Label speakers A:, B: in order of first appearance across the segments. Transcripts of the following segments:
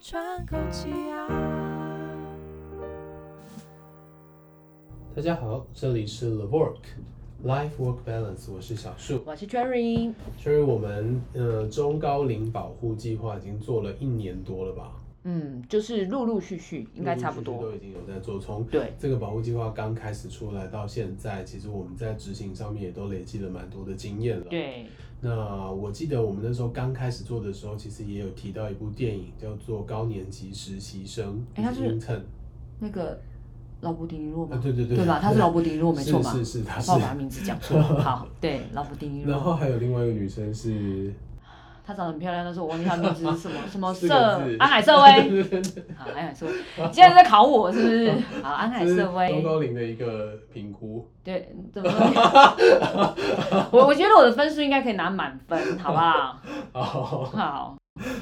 A: 喘口气啊！
B: 大家好，这里是 The Work Life Work Balance，我是小树。
C: 我是 Jerry，
B: 所以我们呃中高龄保护计划已经做了一年多了吧？
C: 嗯，就是陆陆续续，应该差不
B: 陆陆
C: 多。
B: 续续都已经有在做。从
C: 对，
B: 这个保护计划刚开始出来到现在，其实我们在执行上面也都累积了蛮多的经验了。
C: 对，
B: 那我记得我们那时候刚开始做的时候，其实也有提到一部电影叫做《高年级实习生》，
C: 哎它是
B: intern
C: 那个劳勃迪尼洛
B: 啊，
C: 嘛，
B: 对对对，
C: 对吧？他是劳勃迪尼洛，没错吧？
B: 是是是，他
C: 我
B: 是
C: 怕。我把名字讲 错。好，对，劳勃迪尼
B: 然后
C: 洛，
B: 还有另外一个女生是
C: 她长得很漂亮，但是我忘记她名字是什么 什么
B: 四
C: 社
B: 个字
C: 安哦啊 海瑟薇。
B: 对对对对
C: 好，安 海瑟薇，你现在在考我是不是？好，安海
B: 这是
C: 瑟
B: 中
C: 薇，
B: 高龄的一个评估。
C: 对，怎么了？我我觉得我的分数应该可以拿满分，好 不好？
B: 好，
C: 好，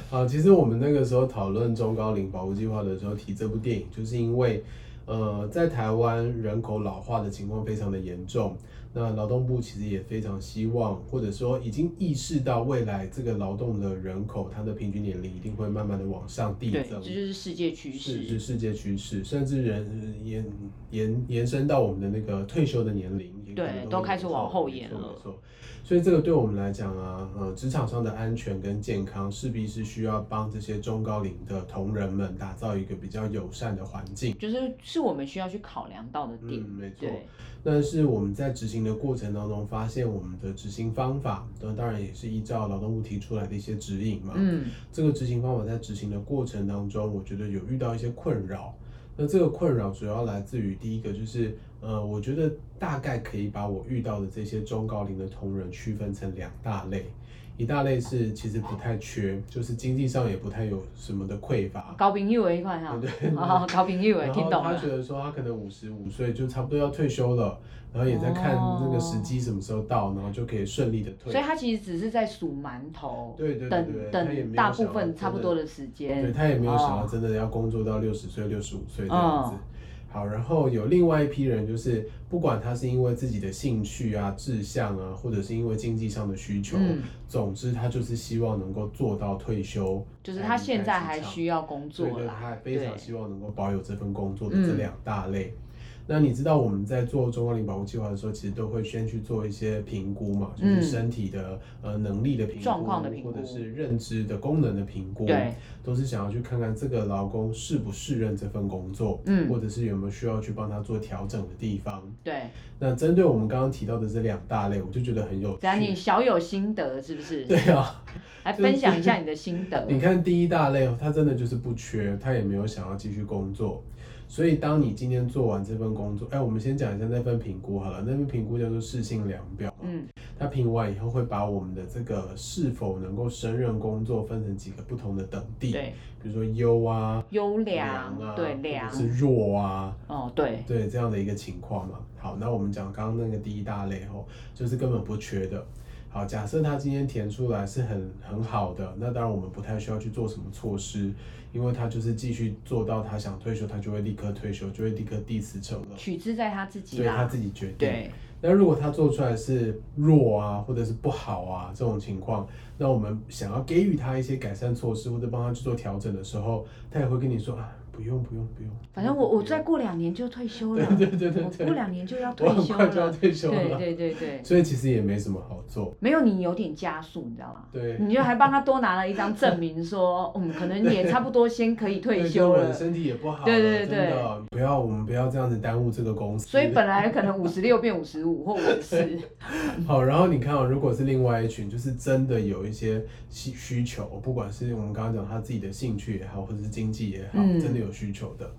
B: 好，其实我们那个时候讨论中高龄保护计划的时候提这部电影，就是因为，呃，在台湾人口老化的情况非常的严重，那劳动部其实也非常希望，或者说已经意识到未来这个劳动的人口，它的平均年龄一定会慢慢的往上递
C: 对，这
B: 增
C: 就。是世界趋
B: 是是
C: 势。
B: 世界趋势，甚至人呃延延延伸到我们的那个退休的年龄，也可能
C: 对
B: 会
C: 都开始
B: 往上
C: 往后延
B: 没错
C: 了
B: 没错，所以这个对我们来讲啊，呃，职场上的安全跟健康，势必是需要帮这些中高龄的同仁们打造一个比较友善的环境。
C: 就是是我们需要去考量到的点
B: 嗯，，没错。
C: 对，
B: 但是我们在执行的过程当中，发现我们的执行方法，那当然也是依照劳动部提出来的一些指引嘛。
C: 嗯。
B: 这个执行方法在执行的过程当中，我觉得有遇到一些困扰。那这个困扰主要来自于第一个就是，呃，我觉得大概可以把我遇到的这些中高龄的同仁区分成两大类，一大类是其实不太缺，就是经济上也不太有什么的匮乏。
C: 高频誉为一块哈，啊，高频誉为
B: 然
C: 听
B: 后
C: 懂
B: 他
C: 了
B: 觉，得说他可能五十五岁就差不多要退休了，然后也在看那个时机什么时候到，然后就可以顺利的退。
C: 所以他其实只是在数馒头，
B: 对对对对，
C: 等
B: 他也没有
C: 等大
B: 想
C: 部
B: 要
C: 分差不
B: 真的
C: 多的时
B: 对
C: 间，
B: 他也没有想要
C: 哦嗯
B: 真的要工作到六十岁、六十五岁这样子。好，然后有另外一批人，就是不管他是因为自己的兴趣啊、志向啊，或者是因为经济上的需求，
C: 嗯，
B: 总之他就是希望能够做到退休。
C: 就是他现在还需要工
B: 所以
C: 作
B: 对，他
C: 啦，
B: 还非常
C: 对
B: 希望能够保有这份工作的这两大类。那你知道我们在做中高龄保护计划的时候，其实都会先去做一些评估嘛，就是
C: 嗯
B: 身体的、呃能力的评估，
C: 状况的评估
B: 或者是认知的功能的评估。
C: 对，
B: 都是想要去看看这个劳工适不适任这份工作，或
C: 嗯，
B: 者是有没有需要去帮他做调整的地方。
C: 对，
B: 那针对我们刚刚提到的这两大类，我就觉得很有
C: 只要你
B: 趣。
C: 小有心得是不是？
B: 对啊，
C: 来
B: 就是
C: 分享一下你的心 得，
B: 你看第一大类，他真的就是不缺，他也没有想要继续工作。所以，当你今天做完这份工作，哎，我们先讲一下那份评估好了。那份评估叫做适性量表，
C: 嗯，
B: 它评完以后会把我们的这个是否能够胜任工作分成几个不同的等地，
C: 对，
B: 比如说优啊，
C: 优
B: 啊，
C: 良，对
B: 或者
C: 良，
B: 是弱啊，
C: 哦，对，
B: 对这样的一个情况嘛。好，那我们讲刚刚那个第一大类吼，就是根本不缺的。好，假设他今天填出来是很很好的，那当然我们不太需要去做什么措施，因为他就是继续做到他想退休，他就会立刻退休，就会立刻递辞呈了，
C: 取之在他自己
B: 对他
C: 啦，
B: 自己决定。
C: 啊对，
B: 那如果他做出来是弱啊，或者是不好啊这种情况，那我们想要给予他一些改善措施，或者帮他去做调整的时候，他也会跟你说啊，不用不用不用。
C: 反正我我再过两年就退休
B: 对
C: 了，
B: 对对对
C: 我
B: 对，
C: 过两年就要退
B: 我很
C: 休
B: 快就要
C: 了，
B: 退休
C: 对
B: 了，
C: 对对对。
B: 所以其实也没什么好做。
C: 没有你有点加速，你知道吗？
B: 对，
C: 你就还帮他多拿了一张证明说，嗯，可能也差不多先可以退休
B: 对跟我的
C: 了。
B: 身体也不好了，
C: 对对对
B: 真的不要我们不要这样子耽误这个公司。
C: 所以本来可能五十六变五十五或五十，
B: 好，然后你看哦，如果是另外一群，就是真的有一些需需求，不管是我们刚刚讲他自己的兴趣也好，或者是经济也好，
C: 嗯
B: 真的有需求的，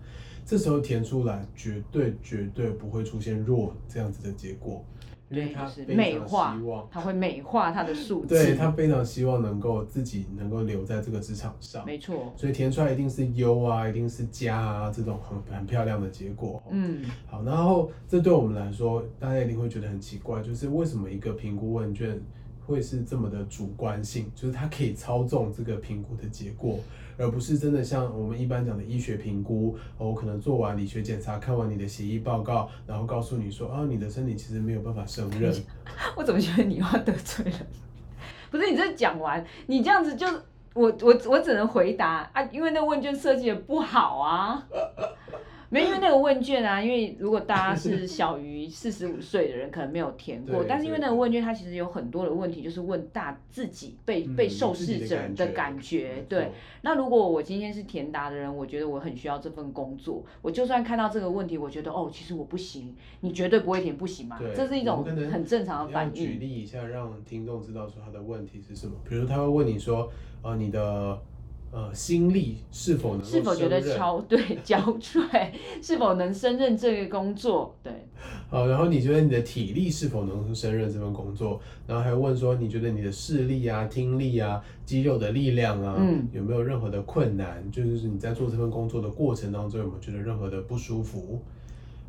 B: 这时候填出来绝对绝对不会出现弱这样子的结果，因为
C: 对
B: 他
C: 就是
B: 非
C: 美
B: 常
C: 化
B: 希望，
C: 他会美化他的数字。
B: 对他非常希望能够自己能够留在这个职场上。
C: 没错，
B: 所以填出来一定是优啊，一定是加啊，这种很很漂亮的结果。
C: 嗯，
B: 好，然后这对我们来说，大家一定会觉得很奇怪，就是为什么一个评估问卷会是这么的主观性，就是它可以操纵这个评估的结果，而不是真的像我们一般讲的医学评估，哦，我可能做完理学检查，看完你的血液报告，然后告诉你说，啊，你的身体其实没有办法胜任。
C: 我怎么觉得你又要得罪人？不是你这讲完，你这样子就我我我只能回答啊，因为那问卷设计的不好啊。没，因为那个问卷啊，因为如果大家是小于四十五岁的人，可能没有填过。
B: 对
C: 但是因为
B: 对
C: 那个问卷，它其实有很多的问题，就是问大自己被、
B: 嗯
C: 被受
B: 自己
C: 试
B: 的
C: 者
B: 感
C: 的
B: 觉
C: 感觉
B: 没。
C: 对，
B: 错
C: 那如果我今天是填答的人，我觉得我很需要这份工作。我就算看到这个问题，我觉得哦，其实我不行，你绝对不会填不行嘛
B: 对，
C: 这是一
B: 我
C: 种
B: 们可能
C: 很正常的
B: 要
C: 反
B: 举
C: 应。
B: 例一下，让听众知道说他的问题是什么。比如他会问你说，呃，你的呃心力是否能够
C: 是否觉得
B: 胜任
C: 敲 对交税，是否能胜任这个工作？对，
B: 好，呃然后你觉得你的体力是否能够胜任这份工作？然后还问说，你觉得你的视力啊、听力啊、肌肉的力量啊，
C: 嗯
B: 有没有任何的困难？就是你在做这份工作的过程当中，有没有觉得任何的不舒服？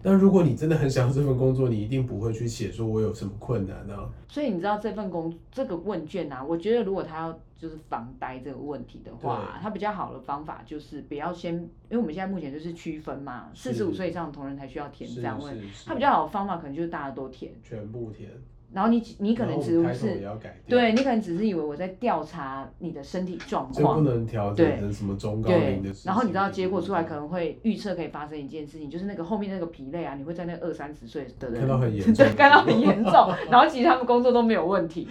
B: 那如果你真的很想要这份工作，你一定不会去写说我有什么困难啊。
C: 所以你知道这份工这个问卷啊，我觉得如果他要就是防呆这个问题的话，
B: 对
C: 他比较好的方法就是不要先，因为我们现在目前就是区分嘛，
B: 是
C: 四十五岁以上的同仁才需要填
B: 是
C: 这样问。
B: 是是
C: 他比较好的方法可能就是大家都填，
B: 全部填，
C: 然后你你可
B: 然
C: 能
B: 后我
C: 只
B: 们开头
C: 是
B: 也要改掉，
C: 对你可能只是以为我在调查你的身体状
B: 所以不
C: 况，
B: 能调整
C: 对
B: 成什么中高
C: 对
B: 龄的事，情。
C: 然后你知道结果出来可能会预测可以发生一件事情，就是那个后面那个疲累啊，你会在那二三十岁的人
B: 看到很严
C: 对
B: 重
C: 看到 很严重，然后其实他们工作都没有问题。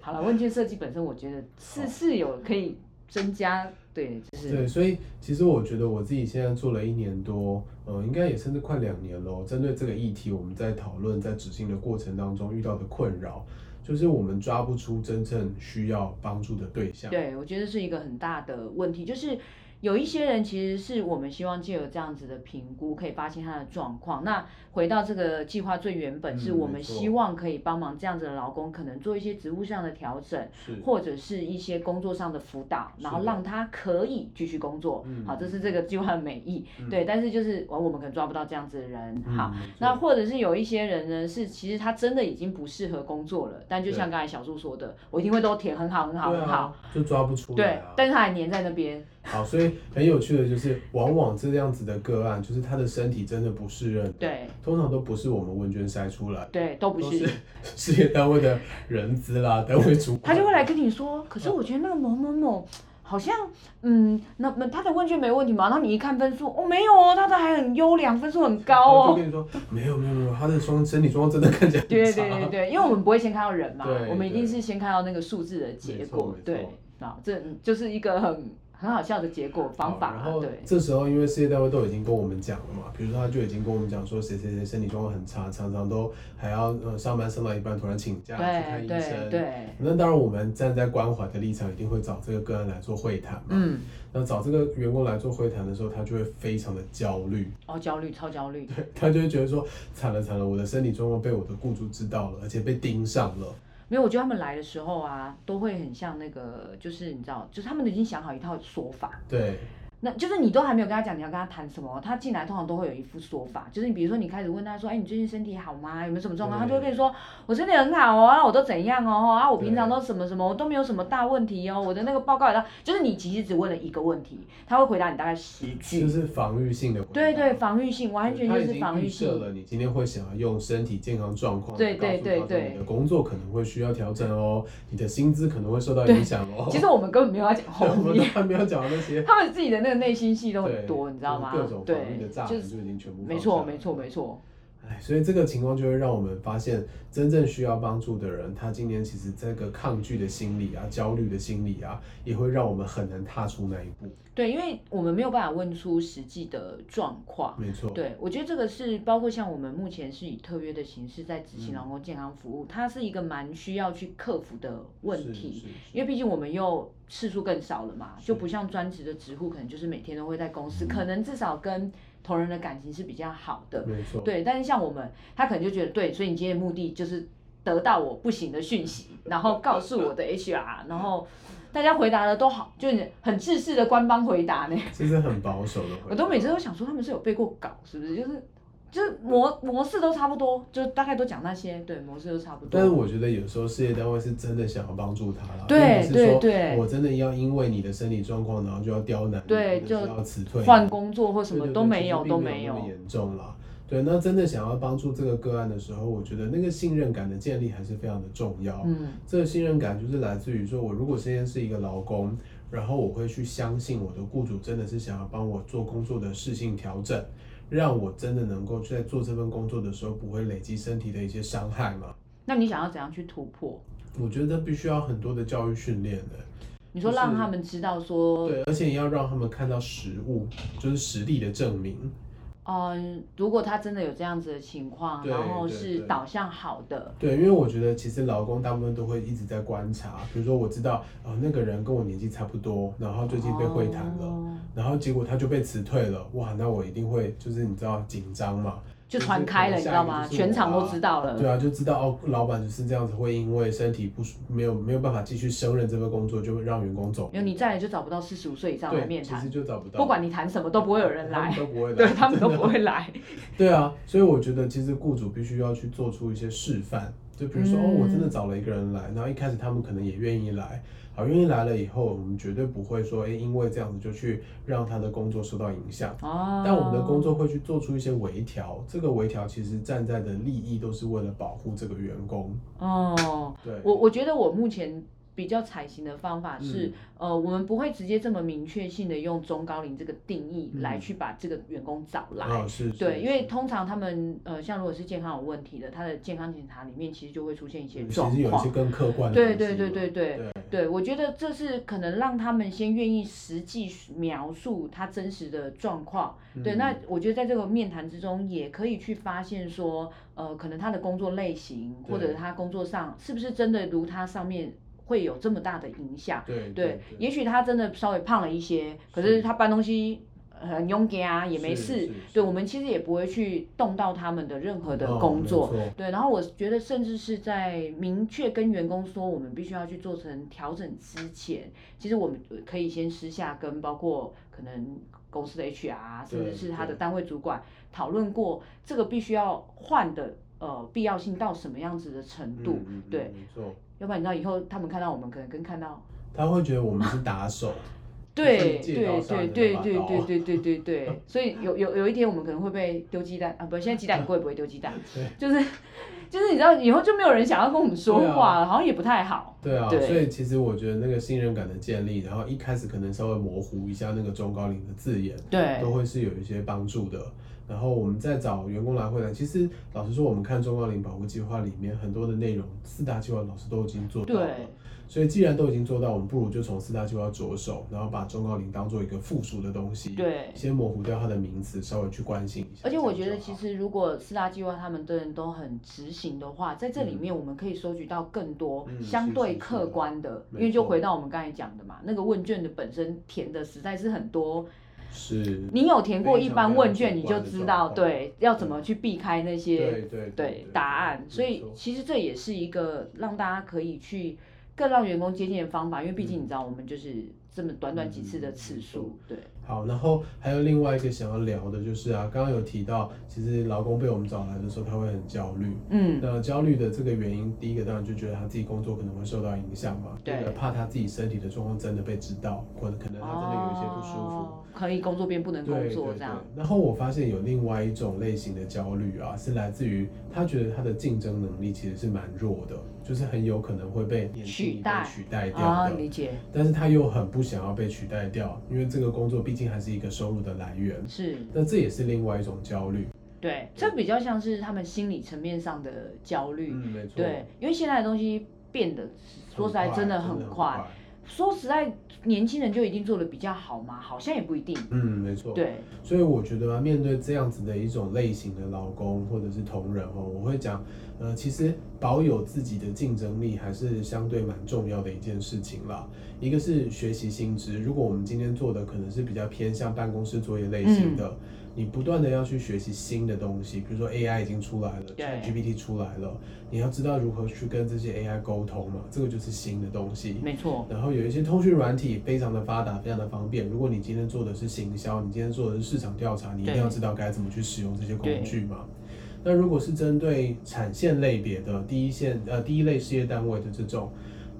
C: 好了，问卷设计本身我觉得是是有可以增加，对，就是
B: 对，所以其实我觉得我自己现在做了一年多，呃，应该也甚至快两年了。针对这个议题，我们在讨论在执行的过程当中遇到的困扰，就是我们抓不出真正需要帮助的对象。
C: 对，我觉得是一个很大的问题，就是有一些人其实是我们希望借由这样子的评估，可以发现他的状况。那回到这个计划最原本，
B: 嗯
C: 是我
B: 没
C: 们
B: 错
C: 希望可以帮忙这样子的劳工，可能做一些职务上的调整，
B: 是
C: 或者是一些工作上的辅导，然后
B: 是的
C: 让他可以继续工作。
B: 嗯
C: 好，这是这个计划的美意。
B: 嗯
C: 对，但是就是哦我我们可能抓不到这样子的人。好，，
B: 嗯没错
C: 那或者是有一些人呢，是其实他真的已经不适合工作了，但就像刚才小树说的，我一定会都填很好很好
B: 对
C: 很好
B: 啊，，就抓不出来
C: 对
B: 啊，。
C: 但是他还粘在那边，
B: 好，所以很有趣的就是，往往这样子的个案，就是他的身体真的不适任，
C: 对
B: 通常都不是我们问卷筛出来的，
C: 对，都不
B: 都
C: 是
B: 是。 事业单位的人资啦、单位主
C: 他
B: 管，
C: 就会来跟 你说，可是我觉得那个某某某好像，嗯，那那他的问卷没问题嘛？然后你一看分数，哦，没有哦，他的还很优良，分数很
B: 我
C: 高
B: 就
C: 哦。
B: 跟你说，没有没有没有，他的双身体状况真的看起来很
C: 对对
B: 差
C: 对对对，因为我们不会先看到人嘛
B: 对，
C: 我们一
B: 对
C: 定是先看到那个数字的结
B: 没错
C: 果
B: 没，错
C: 对，啊，这就是一个很很好笑的结果方法
B: 好然
C: 啦，
B: 后
C: 对。
B: 这时候，因为事业单位都已经跟我们讲了嘛，比如说他就已经跟我们讲说谁谁谁身体状况很差，常常都还要呃上班上到一半突然请假去看医
C: 对对
B: 生。
C: 对，
B: 那当然，我们站在关怀的立场，一定会找这个个案来做会谈嘛。
C: 嗯，
B: 那找这个员工来做会谈的时候，他就会非常的焦虑，
C: 哦，焦虑，超焦虑。
B: 他就会觉得说惨了惨了，我的身体状况被我的雇主知道了，而且被盯上了。
C: 没有，我觉得他们来的时候啊，都会很像那个，就是你知道，就是他们已经想好一套说法，
B: 对，
C: 那就是你都还没有跟他讲你要跟他谈什么，他进来通常都会有一副说法，就是你比如说你开始问他说，哎、你最近身体好吗？有没有什么状况？
B: 对
C: 他就会跟你说，我身体很好哦，啊，我都怎样哦，啊，我平常
B: 对
C: 都什么什么，我都没有什么大问题哦，我的那个报告也到，就是你其实只问了一个问题，他会回答你大概十句，
B: 就是防御性的回答。
C: 对对，防御性，完全
B: 他
C: 就
B: 已
C: 是
B: 经
C: 防御
B: 预设
C: 性，
B: 了你今天会想要用身体健康状况来
C: 对
B: 告诉
C: 对对
B: 他说
C: 对
B: 你的工作可能会需要调整哦，你的薪资可能会受到影响哦。
C: 其实我们根本没有要讲后
B: 我们都
C: 面，
B: 还没有讲到那些，
C: 他们自己的那个内心戏 都
B: 对，
C: 很多，你知道吗
B: 就是各？种防御
C: 对
B: 的栅，栏
C: 就是
B: 就已经全部
C: 没错
B: 放下了
C: 没错没。错，
B: 哎，所以这个情况就会让我们发现，真正需要帮助的人，他今年其实这个抗拒的心理啊、焦虑的心理啊，也会让我们很难踏出那一步。
C: 对，因为我们没有办法问出实际的状况。
B: 没错，
C: 对，我觉得这个是包括像我们目前是以特约的形式在执
B: 嗯
C: 行劳工健康服务，它是一个蛮需要去克服的问
B: 是
C: 题，。
B: 是
C: 因为毕竟我们又次数更少了嘛，
B: 是嗯
C: 就不像专职的职户，可能就是每天都会在公司，可能至少跟同仁的感情是比较好的。
B: 没错，
C: 对，但是像我们，他可能就觉得对，所以你今天的目的就是得到我不行的讯息，然后告诉我的 HR，然后大家回答的都好，就是很自私的官方回答呢。
B: 其实很保守的回答。
C: 我都每次都想说他们是有背过稿，是不是？就是就是模模式都差不多，就大概都讲那些，对，模式都差不
B: 但是
C: 多。
B: 我觉得有时候事业单位是真的想要帮助他啦，
C: 对
B: 并不是说
C: 对对
B: 我真的要因为你的身体状况，然后就要刁难你，
C: 对
B: 或者
C: 就是
B: 要辞退你，
C: 换工作或什
B: 对
C: 么
B: 对对
C: 都没有
B: 其实
C: 都
B: 并没
C: 没
B: 有那么
C: 有，
B: 严重啦。对，那真的想要帮助这个个案的时候，我觉得那个信任感的建立还是非常的重要。
C: 嗯
B: 这个信任感就是来自于说，我如果今天是一个劳工，然后我会去相信我的雇主真的是想要帮我做工作的事情调整，让我真的能够在做这份工作的时候不会累积身体的一些伤害嘛。
C: 那你想要怎样去突破？
B: 我觉得必须要很多的教育训练的，
C: 你说
B: 就是
C: 让他们知道说，
B: 对，而且也要让他们看到实物，就是实力的证明。
C: 嗯、如果他真的有这样子的情况，
B: 对
C: 然后
B: 对
C: 是
B: 对
C: 导向好的，
B: 对，因为我觉得其实劳工大部分都会一直在观察，比如说我知道，呃，那个人跟我年纪差不多，然后最近被会谈了，
C: 哦
B: 然后结果他就被辞退了，哇，那我一定会就是你知道紧张嘛，
C: 就传开了，你知道吗？
B: 就是
C: 全场都知道
B: 对
C: 了。
B: 啊，就知道哦，老板就是这样子，会因为身体不舒没有没有办法继续胜任这份工作，就会让员工走。
C: 因为你再来就找不到四十五岁以上来
B: 对，
C: 面
B: 其实
C: 谈，
B: 就找不到，
C: 不管你谈什么都不会有人
B: 他
C: 来
B: 们，都 不会来，
C: 对他们都
B: 真的
C: 不会来。
B: 对啊，所以我觉得其实雇主必须要去做出一些示范，就比如说、哦，
C: 嗯
B: 我真的找了一个人来，然后一开始他们可能也愿意来，好，愿意来了以后，我们绝对不会说，哎，因为这样子就去让他的工作受到影响。
C: 哦，
B: 但我们的工作会去做出一些微调，这个微调其实站在的利益都是为了保护这个员工。
C: 哦，
B: 对，
C: 我我觉得我目前比较采行的方法是，
B: 嗯
C: 呃，我们不会直接这么明确性的用中高龄这个定义
B: 嗯
C: 来去把这个员工找来。
B: 啊是，是
C: 对，因为
B: 是
C: 通常他们呃，像如果是健康有问题的，他的健康检查里面其实就会出现一些
B: 其
C: 状
B: 实有一些
C: 况。
B: 更客观的
C: 对
B: 东
C: 对
B: 西
C: 对
B: 嘛
C: 对对
B: 对
C: 对，我觉得这是可能让他们先愿意实际描述他真实的状况，对，
B: 嗯
C: 那我觉得在这个面谈之中，也可以去发现说，呃，可能他的工作类型，或者
B: 对
C: 他工作上是不是真的如他上面会有这么大的影响？
B: 对
C: 对，也许他真的稍微胖了一些，可是
B: 是
C: 他搬东西很勇敢啊，也没
B: 是
C: 事
B: 是。
C: 对，
B: 是
C: 我们其实也不会去动到他们的任何的
B: 哦
C: 工
B: 没
C: 作。
B: 错
C: 对，然后我觉得甚至是在明确跟员工说我们必须要去做成调整之前，其实我们可以先私下跟包括可能公司的 HR，啊甚至
B: 对
C: 是他的
B: 对
C: 单位主管讨论过这个必须要换的呃必要性到什么样子的程度，
B: 嗯嗯嗯
C: 对
B: 没错，
C: 要不然你知道以后他们看到我们可能跟看到。
B: 他会觉得我们 是打手。
C: 对
B: 借
C: 对
B: 刀杀
C: 对
B: 人的
C: 对
B: 把
C: 对
B: 刀
C: 对对对对 对，所以有有有一天我们可能会被丢鸡蛋啊，不，现在鸡蛋很贵，不会丢鸡 蛋，就是就是你知道以后就没有人想要跟我们说
B: 对啊
C: 话了，好像也不太好。
B: 对啊，
C: 对
B: 所以其实我觉得那个信任感的建立，然后一开始可能稍微模糊一下那个中高龄的字眼，
C: 对
B: 都会是有一些帮助的。然后我们再找员工来会谈，其实老实说，我们看中高龄保护计划里面很多的内容，四大计划老师都已经做到了
C: 对。
B: 所以既然都已经做到，我们不如就从四大计划着手，然后把中高龄当做一个附属的东西，
C: 对
B: 先模糊掉它的名词，稍微去关心一下。
C: 而且我觉
B: 这
C: 得，
B: 样就
C: 其
B: 好
C: 实如果四大计划他们的人都很执行的话，在这里面我们可以收集到更多
B: 嗯
C: 相
B: 是
C: 对
B: 是嗯是
C: 客
B: 的
C: 观的，
B: 没
C: 因为就
B: 错
C: 回到我们刚才讲的嘛，那个问卷的本身填的实在是很多，
B: 是
C: 你有填过
B: 非
C: 一
B: 常
C: 般
B: 非常
C: 问
B: 主
C: 卷，你就
B: 观的
C: 知
B: 状
C: 道
B: 况
C: 对要怎么去避开那些
B: 对对
C: 对答案，所以其实这也是一个让大家可以去更让员工接近的方法，因为毕竟你知道我们就是这么短短几次的
B: 嗯
C: 次
B: 没
C: 数，对，
B: 好，然后还有另外一个想要聊的就是啊，刚刚有提到，其实劳工被我们找来的时候，他会很焦虑。
C: 嗯，
B: 那焦虑的这个原因，第一个当然就觉得他自己工作可能会受到影响嘛，
C: 对
B: 第二个怕他自己身体的状况真的被知道，或者可能他真的有一些不舒服。
C: 哦，可以工作变不能
B: 对
C: 工
B: 对
C: 作
B: 对
C: 这样，。
B: 然后我发现有另外一种类型的焦虑啊，是来自于他觉得他的竞争能力其实是蛮弱的，就是很有可能会被年轻一辈
C: 取代
B: 取代掉的。
C: 啊，理解
B: 但是他又很不想要被取代掉，因为这个工作毕竟还是一个收入的来源。
C: 是，
B: 那这也是另外一种焦虑。
C: 对，这比较像是他们心理层面上的焦虑，
B: 嗯，没错。
C: 对，因为现在的东西变得说实在真的很
B: 很
C: 快，。说实在年轻人就一定做的比较好吗？好像也不一定，
B: 嗯，没错。。
C: 对，
B: 所以我觉得啊，面对这样子的一种类型的劳工或者是同仁哦，我会讲，呃，其实保有自己的竞争力还是相对蛮重要的一件事情啦。一个是学习新知，如果我们今天做的可能是比较偏向办公室作业类型的，你不断的要去学习新的东西，比如说 AI 已经出来了
C: 对
B: ，ChatGPT 出来了，你要知道如何去跟这些 AI 沟通嘛，这个就是新的东西。
C: 没错，
B: 然后有一些通讯软体非常的发达，非常的方便。如果你今天做的是行销，你今天做的是市场调查，你一定要知道该怎么去使用这些工具嘛。那如果是针对产线类别的第一线呃第一类事业单位的这种，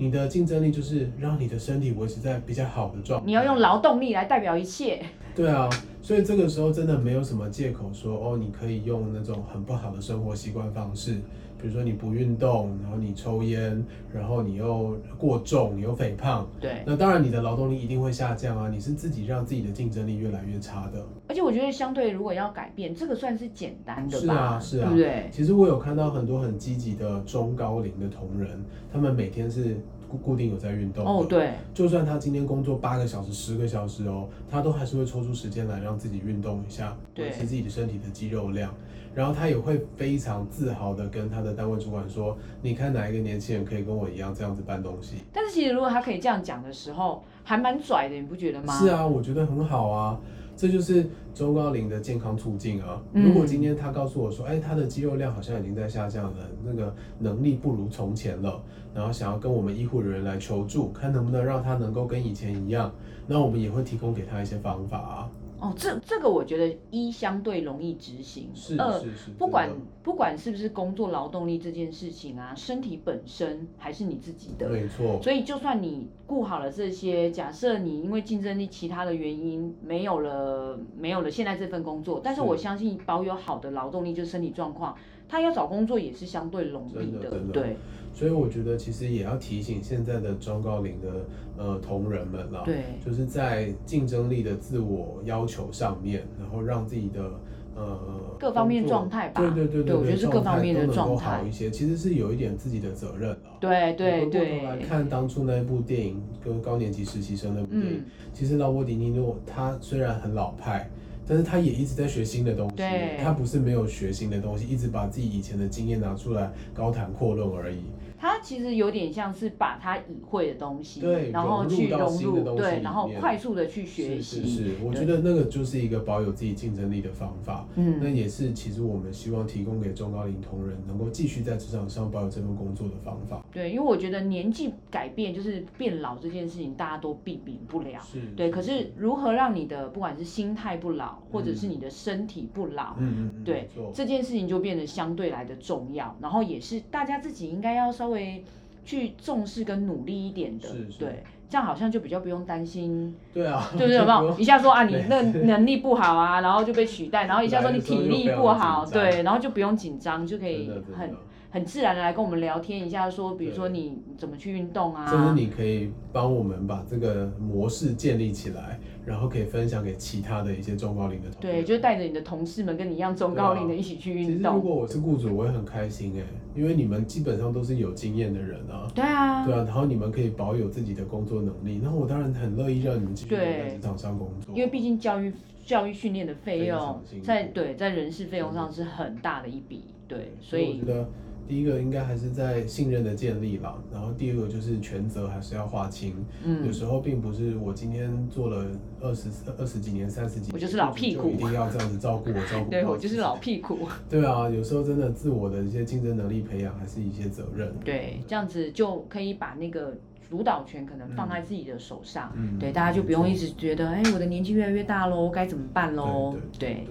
B: 你的竞争力就是让你的身体维持在比较好的状态。
C: 你要用劳动力来代表一切，
B: 对啊，所以这个时候真的没有什么借口说哦，你可以用那种很不好的生活习惯方式，比如说你不运动，然后你抽烟，然后你又过重，你又肥胖，
C: 对，
B: 那当然你的劳动力一定会下降啊，你是自己让自己的竞争力越来越差的。
C: 而且我觉得相对如果要改变，这个算是简单的
B: 是
C: 吧，
B: 啊是啊
C: 对不对？
B: 其实我有看到很多很积极的中高龄的同仁，他们每天是固固定有在运动的
C: 哦，对，
B: 就算他今天工作八个小时、十个小时哦，他都还是会抽出时间来让自己运动一下，
C: 对
B: 维持自己的身体的肌肉量。然后他也会非常自豪的跟他的单位主管说：“你看哪一个年轻人可以跟我一样这样子搬东西
C: 但是其实如果他可以这样讲的时候，还蛮拽的，你不觉得？”吗？
B: 是，啊，我觉得很好啊，这就是中高龄的健康促进啊。
C: 嗯
B: 如果今天他告诉我说：“哎，他的肌肉量好像已经在下降了，那个能力不如从前了。”然后想要跟我们医护人员来求助，看能不能让他能够跟以前一样，那我们也会提供给他一些方法啊。
C: 哦，这这个我觉得一相对容易执行，
B: 是
C: 二
B: 是是，
C: 呃不管
B: 真
C: 不管是不是工作劳动力这件事情啊，身体本身还是你自己
B: 的
C: 的。
B: 没错，
C: 所以，就算你顾好了这些，假设你因为竞争力其他的原因没有了，没有了现在这份工作，但是
B: 是
C: 我相信保有好的劳动力，就是身体状况，他要找工作也是相对容易
B: 真的真的
C: 对
B: 所以我觉得其实也要提醒现在的中高龄的呃同仁们啦，
C: 对，
B: 就是在竞争力的自我要求上面，然后让自己的呃
C: 各方面
B: 工作
C: 状态吧。
B: 对对对
C: 对我觉得是各方面的
B: 状
C: 状
B: 态都能够好
C: 态
B: 一。些，其实是有一点自己的责任了。
C: 对对
B: 回过头来
C: 对，
B: 看当初那部电影跟高年级实习生那部电影，
C: 嗯，
B: 其实劳勃迪尼诺他虽然很老派，但是他也一直在学新的东西
C: 对，
B: 他不是没有学新的东西，一直把自己以前的经验拿出来高谈阔论而已。
C: 它其实有点像是把它已会的东西，
B: 对
C: 然后
B: 融入
C: 去
B: 到
C: 融
B: 新的
C: 入，
B: 东西
C: 对，
B: 里
C: 然后
B: 面
C: 快速的去学
B: 是
C: 习。
B: 是是，我觉得那个就是一个保有自己竞争力的方法。
C: 嗯，
B: 那也是其实我们希望提供给中高龄同仁能够继续在职场上保有这份工作的方法。
C: 对，因为我觉得年纪改变就是变老这件事情，大家都避免不了。
B: 是，
C: 对，可是如何让你的不管是心态不老，或者是你的身体不老，
B: 嗯嗯嗯嗯，
C: 对
B: 没错
C: 这件事情就变得相对来的重要，然后也是大家自己应该要稍微去重视跟努力一点的，
B: 是是
C: 对，这样好像就比较不用 担心
B: 对啊，
C: 对不对？有没
B: 就
C: 有
B: 不用
C: 一下说啊，你
B: 对
C: 那能力不好啊，然后就被取代，然后一下说你体力不好，
B: 来的时候又不要紧张
C: 对，然后就不用紧张，就可
B: 真
C: 以
B: 的真
C: 很
B: 的，
C: 很自然的来跟我们聊天一下，说比如说
B: 对
C: 你怎么去运动啊，
B: 甚至你可以帮我们把这个模式建立起来，然后可以分享给其他的一些中高龄的同仁。
C: 对，就带着你的同事们跟你一样中高龄的一起
B: 其
C: 去运
B: 实如
C: 动，
B: 果我是雇主，我会很开心哎、因为你们基本上都是有经验的人啊，
C: 对啊，
B: 对啊，然后你们可以保有自己的工作能力，那我当然很乐意让你们继续留在
C: 对
B: 职场上工作，啊
C: 因为毕竟教育教育训练的费
B: 非
C: 用
B: 常辛苦
C: 在对在人事费用上是很大的一笔，对，所
B: 嗯我
C: 以
B: 觉得第一个应该还是在信任的建立啦，然后第二个就是权责还是要划清，有
C: 嗯，
B: 时候并不是我今天做了二十二十几年、三十几年，
C: 我就是老屁股
B: 就一定要这样子照顾我，照顾不
C: 对
B: 到
C: 我就是
B: 自己
C: 老屁股。
B: 对啊，有时候真的自我的一些竞争能力培养，还是一些责任。
C: 对，这样子就可以把那个主导权可能放在自己的手上。
B: 嗯
C: 对，大家就不用一直哦觉得，哎、我的年纪越来越大喽，该怎么办喽？
B: 对对。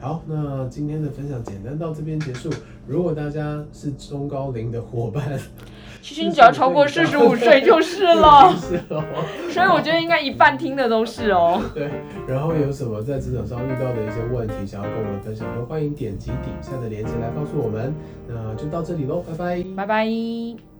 B: 好，那今天的分享简单到这边结束。如果大家是中高龄的伙伴，
C: 其实你只要超过四十五岁就是了，
B: 是哦。
C: 所以我觉得应该一半听的都是哦。
B: 对，然后有什么在职场上遇到的一些问题，想要跟我们分享的，欢迎点击底下的链接来告诉我们。那就到这里喽，拜拜。
C: 拜拜。